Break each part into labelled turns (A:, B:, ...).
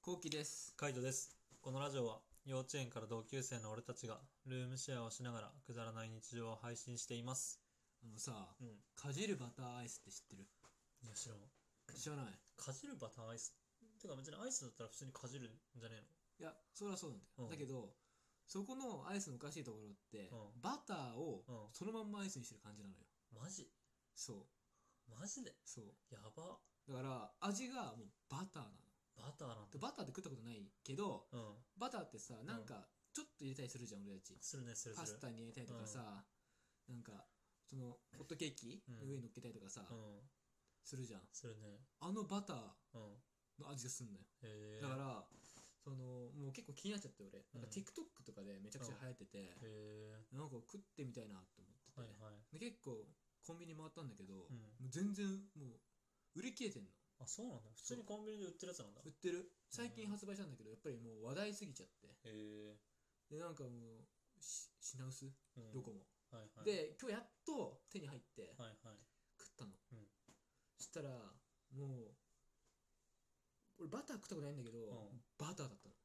A: こうきです。
B: カイトです。このラジオは幼稚園から同級生の俺たちがルームシェアをしながらくだらない日常を配信しています。
A: あのさ、
B: うん。い
A: かじるバターアイスって知ってる
B: や、知らん。
A: 知らない
B: かじるバターアイス。てか別にアイスだったら普通にかじるんじゃね
A: いや、そりゃそうなんだよ。
B: うん
A: だけど、そこのアイスのおかしいところって、
B: うん
A: バターを
B: うん
A: そのまんまアイスにしてる感じなのよ。
B: えのマジ
A: そう、
B: マジで
A: そう。
B: やば。
A: だから、味がもうバターなの。
B: バターなん
A: で。
B: て
A: バターって食ったことないけど、
B: うん。
A: バターってさ、なんか、ちょっと入れたりするじゃん、俺たち。
B: するね、する
A: パ
B: す
A: ス
B: る。
A: タに入れたりとかさ、なんか、その、ホットケーキ
B: うん
A: の上に乗っけたりとかさ、
B: うん。
A: するじゃん。
B: するね。
A: あのバター
B: うん。
A: の味がすんのよ。
B: へえ。
A: だから、そのもう結構気になっちゃって俺、なんか
B: うん
A: TikTok とかでめちゃくちゃ流行ってて、
B: へえ。
A: なんか食ってみたいなと思ってて、
B: はいは
A: で
B: い。
A: 結構コンビニ回ったんだけど、
B: う
A: も。う
B: ん
A: 全然もう売り切れてんの
B: あ、そうなんだ。普通にコンビニで売ってるやつなんだ。
A: 売ってる最
B: う
A: 近
B: ん
A: 発売したんだけどやっぱりもう話題すぎちゃって
B: へえ。
A: でなんかもうし品薄
B: うん
A: どこも、
B: はいはい。、
A: で今日やっと手に入って
B: はいはい。
A: 食ったの、
B: うん
A: そしたらもう俺バター食ったことないんだけど、
B: うん
A: バターだったの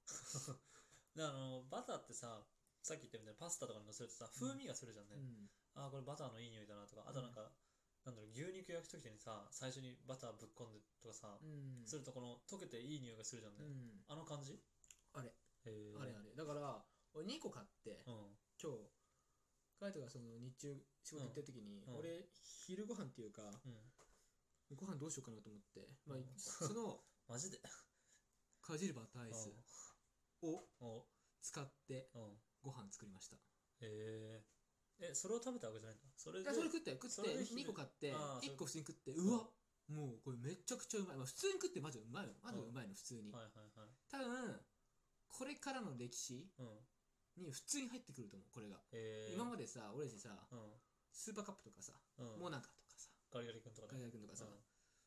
B: であのバターってささっき言ったみたいにパスタとかにのせるとさ風味がするじゃんね、
A: うん
B: ああこれバターのいい匂いだなとかあとなんか、なんだろう牛肉焼く時にさ最初にバターぶっ込んでとかさ、
A: うん
B: するとこの溶けていい匂いがするじゃんね、
A: うん
B: あの感じ
A: あれ
B: へえ
A: あれあれだから俺2個買って
B: うん
A: 今日カイトがその日中仕事行った時に、
B: うんうん
A: 俺昼ご飯っていうか
B: うん
A: ご飯どうしようかなと思って、まあ
B: うん、
A: その
B: マジで
A: かじるバターアイスを
B: うんお
A: 使って
B: うん
A: ご飯作りました
B: へええそれを食べたわけじゃないんだそれ
A: い
B: で
A: やそれ食ったよ食
B: そ
A: って
B: れで昼
A: 2個買って
B: あー
A: 1個普通に食って
B: ん
A: うわもうこれめちゃくちゃうまい、まあ、普通に食ってまずうまいのまずうまいの普通に
B: はいはいはい
A: 多分これからの歴史
B: うん
A: に普通に入ってくると思うこれが
B: へえ
A: 今までさ俺たちさ
B: うん
A: スーパーカップとかさ
B: うん
A: モナカとかさ
B: ガリガリ君とか
A: ガイ
B: ね
A: ダ君とかさ
B: うん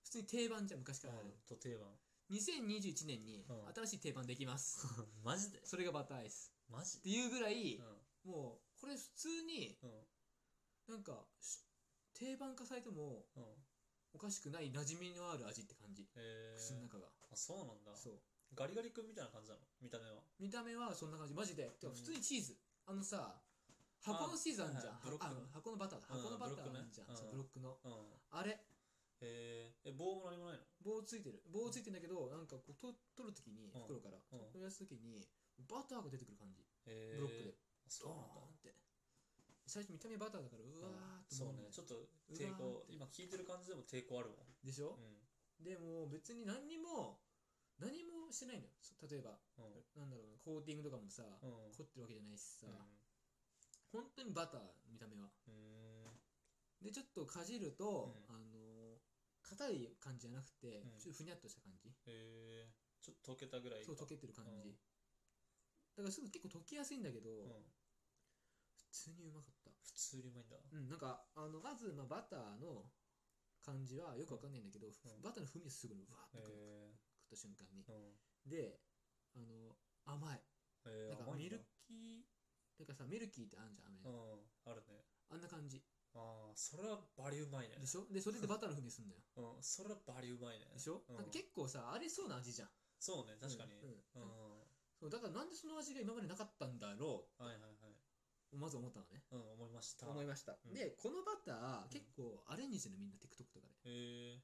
A: 普通に定番じゃん昔からある
B: うんと定番
A: 2021年に
B: うん
A: 新しい定番でき ます、
B: マジで
A: それがバターアイス
B: マジ
A: って
B: で
A: いうぐらい、
B: うん
A: もうこれ普通に
B: うん
A: なんかし定番化されても
B: うん
A: おかしくない馴染みのある味って感じ、
B: へえ
A: 口の中が
B: あそうなんだ
A: そう
B: ガリガリ君みたいな感じなの見た目は
A: 見た目はそんな感じマジでてか
B: うん
A: 普通にチーズ、あのさ箱のチーズあんじゃん
B: はいはいブロック
A: あ箱のバターだ箱のバター
B: うんブロックね
A: あんじゃん、
B: うん
A: そうブロックの
B: うん
A: あれ
B: えー、え棒も何もないの
A: 棒ついてる棒ついてんだけどなんかこうと取るときに
B: うん
A: 袋から
B: うん
A: 取り出すときにバターが出てくる感じ
B: えー、
A: ブロックで
B: あそうなんだ
A: ドーンって最初見た目バターだからうわーっ
B: うん
A: と
B: そう
A: 思
B: ねちょっと
A: うわ
B: 抵
A: ーっ
B: 抗
A: て
B: 今聞いてる感じでも抵抗あるもん
A: でしょ、
B: う
A: でも別に何にも何もしてないのよそ例えば、
B: んうん
A: なんだろうなコーティングとかもさ、
B: うん
A: 凝ってるわけじゃないしさ、
B: うん
A: 本当にバター見た目は
B: うーん
A: でちょっとかじると、
B: うん
A: あの硬い感じじゃなくて、
B: うん
A: ちょっとふにゃっとした感じ
B: えー、ちょっと溶けたぐらい
A: そう
B: か
A: 溶けてる感じ、
B: うん
A: だからすぐ結構溶けやすいんだけど、
B: うん
A: 普通にうまかった
B: 普通にうまいんだ
A: うん、なんかあのまず、まあ、バターの感じはよくわかんないんだけど、
B: ん
A: バターの風味がすごいのうわーっとくる、
B: え
A: 食った瞬間に
B: ー、うん
A: であの甘い
B: え
A: なん
B: ー、
A: か
B: 甘
A: ミ
B: いんだ
A: ルキーだからさミルキーってあんじゃん飴、
B: うんあるね
A: あんな感じ
B: ああそれはバリうまいね
A: でしょでそれでバターの風味すんだよ
B: うんそれはバリうまいね
A: でしょ、
B: う
A: な
B: ん
A: んか結構さありそうな味じゃん
B: そうね確かに
A: う
B: うんん、
A: うんそうだからなんでその味が今までなかったんだろ
B: はいはいはいう
A: まず思ったのね
B: うん思いました
A: 思いました、
B: うん
A: でこのバター、
B: ん
A: 結構アレンジしてるのみんな TikTok とかで
B: へえ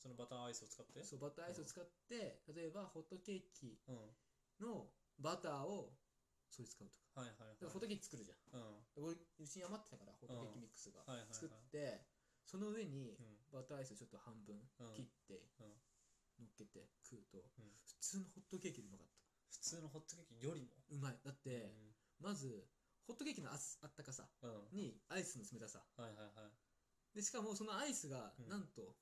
B: そのバターアイスを使って
A: そうバターアイスを使って、例えばホットケーキ
B: うん
A: のバターをそれ使うとか
B: はいはいはい
A: だからホットケーキ作るじゃん
B: うん
A: で俺うちに余ってたからホットケーキミックスが、
B: はいはいはい
A: 作ってその上にバ
B: うん
A: ターアイスをちょっと半分
B: うん
A: 切って、
B: う
A: 乗っ
B: ん
A: けて食うと、
B: うん
A: 普通のホットケーキでうまかっ
B: 普通のホットケーキよりも
A: たうまいだって、まずホットケーキのあすあったかさ
B: うんうん
A: にアイスの冷たさ
B: はいはいはい
A: でしかもそのアイスが
B: うん
A: なんと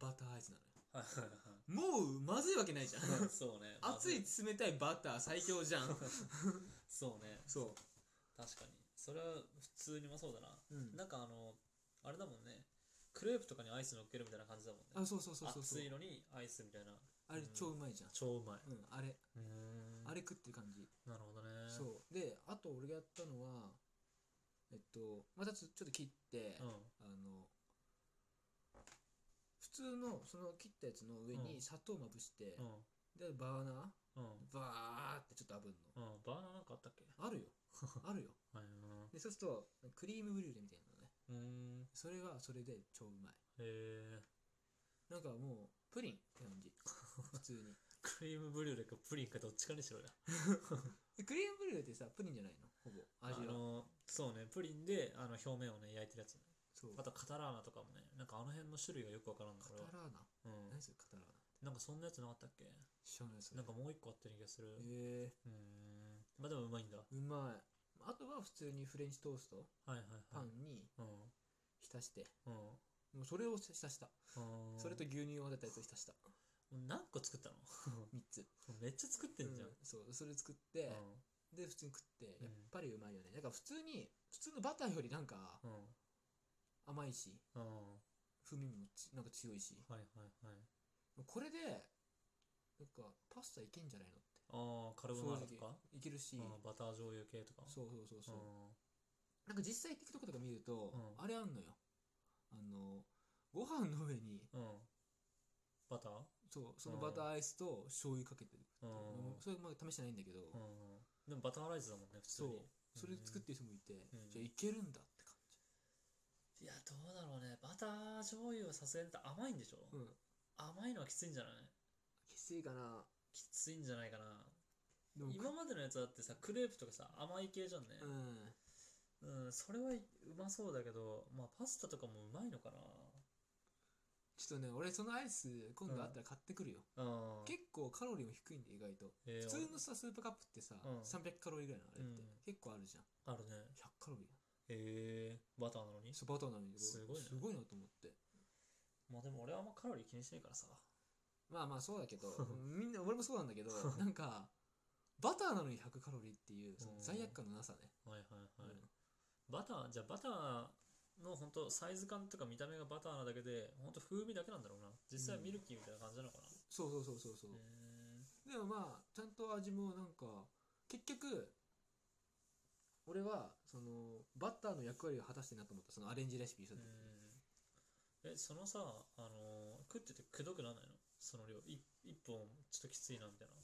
A: バターアイスなのよ
B: はいはい
A: もうまずいわけないじゃん
B: はいそうねま あ
A: 熱い冷たいバター最強じゃん
B: そうね
A: そ
B: 確かにそれは普通にもそうだな
A: う、うん、
B: なんかあのあれだもんねクレープとかにアイス乗っけるみたいな感じだもんね
A: あそうそうそうそうそう
B: 熱いのにアイスみたいな
A: あれ超うまいじゃん、
B: 超うまい
A: うん、あれ
B: うーん
A: あれ食ってる感じ
B: なるほどね
A: そうであと俺がやったのはえっとまたちょちょっと切って、
B: うん
A: あの普通のその切ったやつの上
B: う
A: に
B: ん
A: 砂糖まぶして、
B: うん
A: でバーナー
B: うん。
A: バーってちょっと炙るの
B: うん。バーナーなんかあったっけ
A: ある よあるよ
B: う
A: でそうするとクリームブリュレみたいなのね
B: ん。うん。
A: それはそれで超うまい
B: へえ。
A: なんかもうプリンって感じ普通 に
B: クリームブリュレかプリンかどっちかにしろよ。
A: でクリームブリュレってさプリンじゃないのほぼ味
B: あ
A: は
B: の、そうね、プリンであの表面をね、焼いてるやつ、ね。
A: そう
B: あとカタラーナとかもね、なんかあの辺の種類がよくわからん
A: カ
B: か
A: タ
B: ら。
A: ラーナ
B: うん。
A: 何それカタラーナ
B: なんかそんなやつなかったっけ
A: 知らないそれ
B: なんかもう一個あったような気がする。
A: へえ
B: うーん。まあでもうまいんだ。は
A: うまいあとは普通にフレンチトースト
B: いはいはい。
A: パンに
B: うん。
A: 浸して
B: うん。
A: もうそれを浸した
B: うん
A: それと、牛乳を混ぜたやつを浸した
B: 何個作ったの
A: 3つ
B: めっちゃ作ってんじゃん。
A: うそうそれ作って
B: う
A: で普通に食って
B: うん
A: やっぱりうまいよねだから普通に普通のバターよりなんか
B: ん。うん。
A: 甘いし
B: うん。
A: 風味もちなんか強いし
B: はいはいはい。
A: これでなんかパスタいけんじゃないのっ
B: ああ、カルボナーラとか
A: ていけるし
B: うんバター醤油系とか。。
A: そうそうそうそううんなんか実際 TikTok とか見ると
B: うん
A: あれあんのよあのご飯の上に
B: うん。バター
A: そうそのバターアイスと醤油かけてる
B: うん。
A: それまだ試してないんだけど
B: うん。でもバターライスだもんね、普通
A: そ
B: に。
A: うそれ作ってる人もいて
B: ん
A: じゃあいけるんだって感
B: いや、どうだろうね。バター醤油はさすがにだって甘いんでしょ
A: じうん
B: 甘いのはきついんじゃない
A: きついかな
B: きついんじゃないかな。
A: でも
B: 今までのやつだってさ、クレープとかさ、甘い系じゃんね。
A: うん
B: うん、それはいうまそうだけど、まあパスタとかもうまいのか
A: ちょっとね、俺そのアイス今度あったら買ってくるよ。
B: な。うん。
A: 結構カロリーも低いんで意外と。
B: えー
A: 普通のさ、スープカップってさ、
B: うん
A: 300カロリーぐらいなのあれって、
B: うん
A: 結構あるじゃん。
B: あるね。
A: 100カロリーな
B: えー、バターなのに
A: の。そう、バターなのに。
B: すごいね
A: すごいなと思って。
B: まあでも俺はあんまカロリー気にしないからさ。
A: まあまあそうだけ ど、みんな、俺もそうなんだけど、なんか、バターなのに100カロリーっていう、その罪悪感のなさね。
B: はいはいはい。
A: うん
B: バター、じゃあバターの本当サイズ感とか見た目がバターなだけで、本当風味だけなんだろうな。実際はミルキーみたいな感じなのかな。
A: そうそうそうそうそう。
B: へー
A: でもまあ、ちゃんと味もなんか、結局、俺は、その、バターの役割を果たしてるなと思った、そのアレンジレシピ一緒
B: う
A: で。
B: んえ、そのさ、あのー食っててくどくならないのその量。い一本、ちょっときついなみたいな。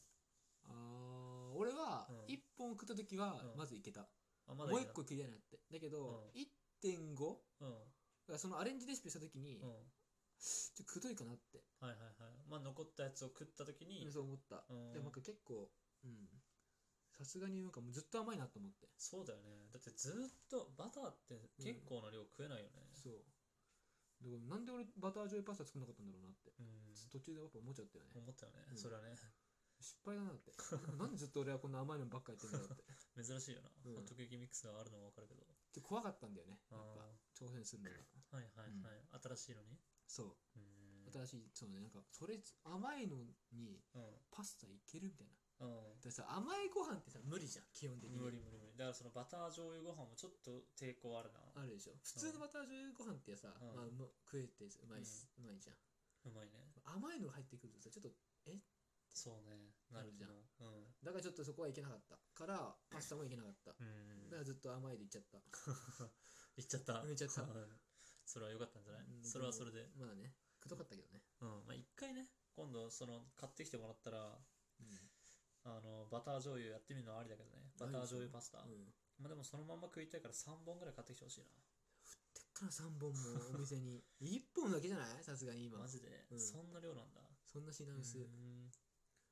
A: あー俺は
B: うん
A: 1本食った時は
B: うん
A: まずいけた、
B: あ、まだい
A: もう
B: い
A: 1
B: な
A: 個食いたいなってだけど、
B: う
A: 1.5だか
B: うん。
A: らそのアレンジレシピした時に、
B: うん。
A: ちょっとくどいかなって、
B: はいはいはい。まあ残ったやつを食った時に、
A: うんそう思った、
B: うん
A: でもなんか結構うんさすがになんかもうずっと甘いなと思って
B: そうだよね。だってずっとバターって結構な量食えないよね。
A: そうだからなんで俺バター醤油パスタ作んなかったんだろうなって
B: うん。
A: 途中でやっぱ思っちゃったよね、
B: 思ったよね。
A: うん
B: それはね。
A: 失敗だなってなんでずっと俺はこんな甘いのばっかやってんだろうって
B: 珍しいよな、
A: うん
B: ホットケーキミックスがあるのはわかるけど
A: ちょっと怖かったんだよね
B: あ
A: やっぱ挑戦するのが
B: ーはいはいはい、新しいのに
A: そう
B: う
A: 新しいそうねなんかそれ甘いのに
B: ん
A: パスタいけるみたいなだ
B: うん、
A: ってさ甘いご飯ってさ無理じゃん基本的に
B: 無理無理無理だからそのバター醤油ご飯もちょっと抵抗あるな
A: あるでしょ普通のバター醤油ご飯ってさ、
B: うん
A: まあ、もう食えてうまいし、うまいじゃん
B: うまいね
A: 甘いのが入ってくるとさちょっと
B: そうねなるじゃんうん
A: だからちょっとそこはいけなかったからパスタもいけなかっただ
B: うん
A: からずっと甘いでいっちゃった
B: いっちゃった
A: いっちゃった
B: うん それは良かったんじゃない、
A: うん
B: それはそれで
A: まあねくどかったけどね、
B: うんまあ一回ね今度その買ってきてもらったら
A: う
B: あのバター醤油やってみるのはありだけどねバター醤油パスタ、
A: んうん、
B: まあでもそのまま食いたいから3本ぐらい買ってきてほしいな
A: てっから3本もお店に1 本だけじゃないさすがに今
B: マジで、
A: うん
B: そんな量なんだ
A: そんな品
B: う
A: 薄も
B: ん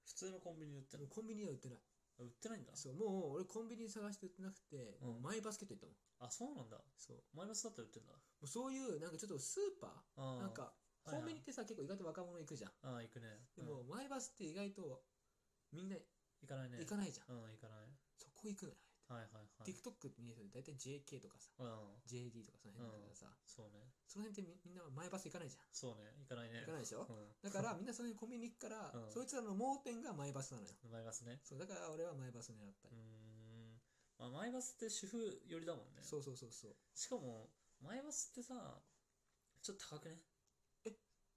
B: 普通のコンビニで売ってる
A: う
B: の
A: コンビニでは売ってない
B: 売ってないんだ
A: そうもう俺コンビニ探して売ってなくて、
B: うん
A: マイバスケット行ったもん
B: あそうなんだ
A: そう
B: マイナスだったら売ってんだ
A: もうそういうなんかちょっとスーパ
B: あ
A: ー
B: ー
A: なんか
B: はい
A: コ
B: はい
A: ンビニってさ結構意外と若者行くじゃん
B: ああ行くね
A: でも
B: うん
A: マイバスって意外とみんな
B: 行かないね
A: 行かないじゃん
B: うん行かない
A: そこ行くのよ
B: はいはいはい
A: TikTok って見てると大体 JK とかさ
B: うん
A: JD とかその辺だからさ
B: そうね
A: その辺ってみみんなマイバス行かないじゃ
B: そうね行かない
A: ん
B: ね
A: 行かないでしょ
B: う
A: だからみんなその辺コンビニ行くから
B: うん
A: そいつらの盲点がマイバスなのよ
B: んマイナスね
A: そうだから俺はマイバス狙った
B: うーんまあマイナスって主婦寄りだもんね
A: そうそうそうそう
B: しかもマイナスってさちょっと高くね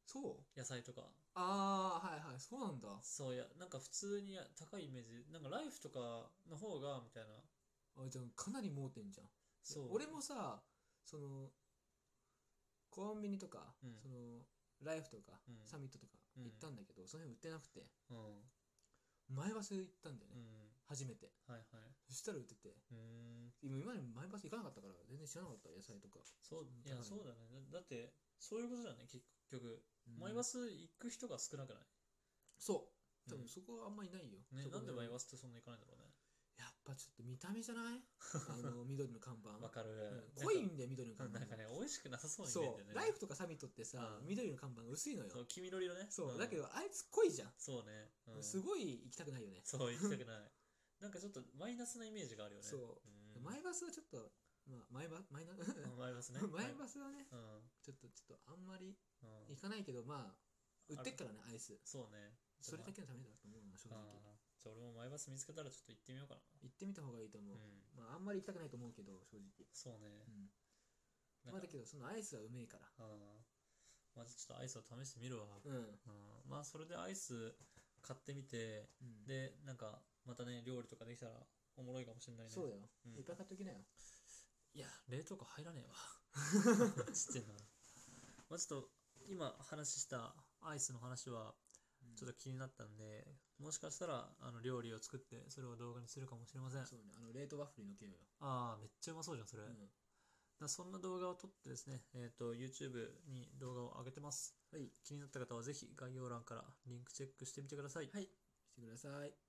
A: そう
B: 野菜とか
A: ああはいはいそうなんだあ
B: そうやなんか普通に高いイメージなんかライフとかの方がみたいな
A: じゃあかなり盲点じゃん
B: そう
A: 俺もさそのコンビニとか、
B: うん
A: そのライフとか、
B: うん
A: サミットとか
B: うん
A: 行ったんだけど、その辺売ってなくて
B: うん
A: 前バス行ったんだよね、
B: うん
A: 初めて
B: はいはい
A: そしたら売ってて
B: うーん
A: 今今まで前バス行かなかったから全然知らなかった野菜とか、
B: そ
A: う
B: う
A: ん
B: いや
A: だから
B: そうだねだだってそういうことじゃない結局
A: うん
B: マイバス行く人が少なくない、
A: そう多
B: うん
A: 分そこはあんまいないよ、
B: ね、
A: そこ
B: なんでマイバ
A: ス
B: スってそんな行かないんだろうね
A: やっぱちょっと見た目じゃない あの緑の看板
B: わかる、
A: うん濃いんだよ緑の看
B: なん
A: 板
B: かなんかね美味しくなさそうに見え
A: そ
B: てね
A: うライフとかサミットってさ
B: うん
A: 緑の看板が薄いのよ
B: そう黄緑色ね
A: そ
B: ん
A: うだけどあいつ濃いじゃん
B: そうね、うん、
A: すごい行きたくないよね
B: そう行きたくない なんかちょっとマイナスなイメージがあるよね
A: そ
B: ん
A: 前バスはちょっとまあ前バ前な
B: うんマイバスね
A: 前バ
B: ス
A: スはね
B: うん、
A: ちょっとちょっとあんまり
B: うん
A: 行かないけどまあ売ってっからねアイス
B: そうね
A: それだけのためだと思うな正
B: あー
A: 直
B: じゃあ俺もマイバス見つけたらちょっと行ってみようかな
A: 行ってみた方がいいと思う
B: う、ん
A: まああんまり行きたくないと思うけど正直、
B: そうね
A: うん
B: なん
A: まあ
B: か
A: だけどそのアイスはうめえから
B: うんまあちょっとアイスを試してみるわ、
A: うん、う
B: うん、まあそれでアイス買ってみて
A: ん、
B: でなんかまたね料理とかできたらおもろいかもしれないね
A: そうだよ、
B: うん
A: いっぱい買っておきなよ
B: いや冷凍庫入ら ねえわちってんなまあちょっと今話したアイスの話はちょっと気になったんで、もしかしたらあの料理を作ってそれを動画にするかもしれません
A: うんそうねあの冷凍ワッフルにのけようよ、
B: ああめっちゃうまそうじゃんそれ、
A: う
B: だか
A: ん
B: らそんな動画を撮ってですね、えー、と YouTube に動画を上げてます
A: はい
B: 気になった方はぜひ概要欄からリンクチェックしてみてください
A: はいしてください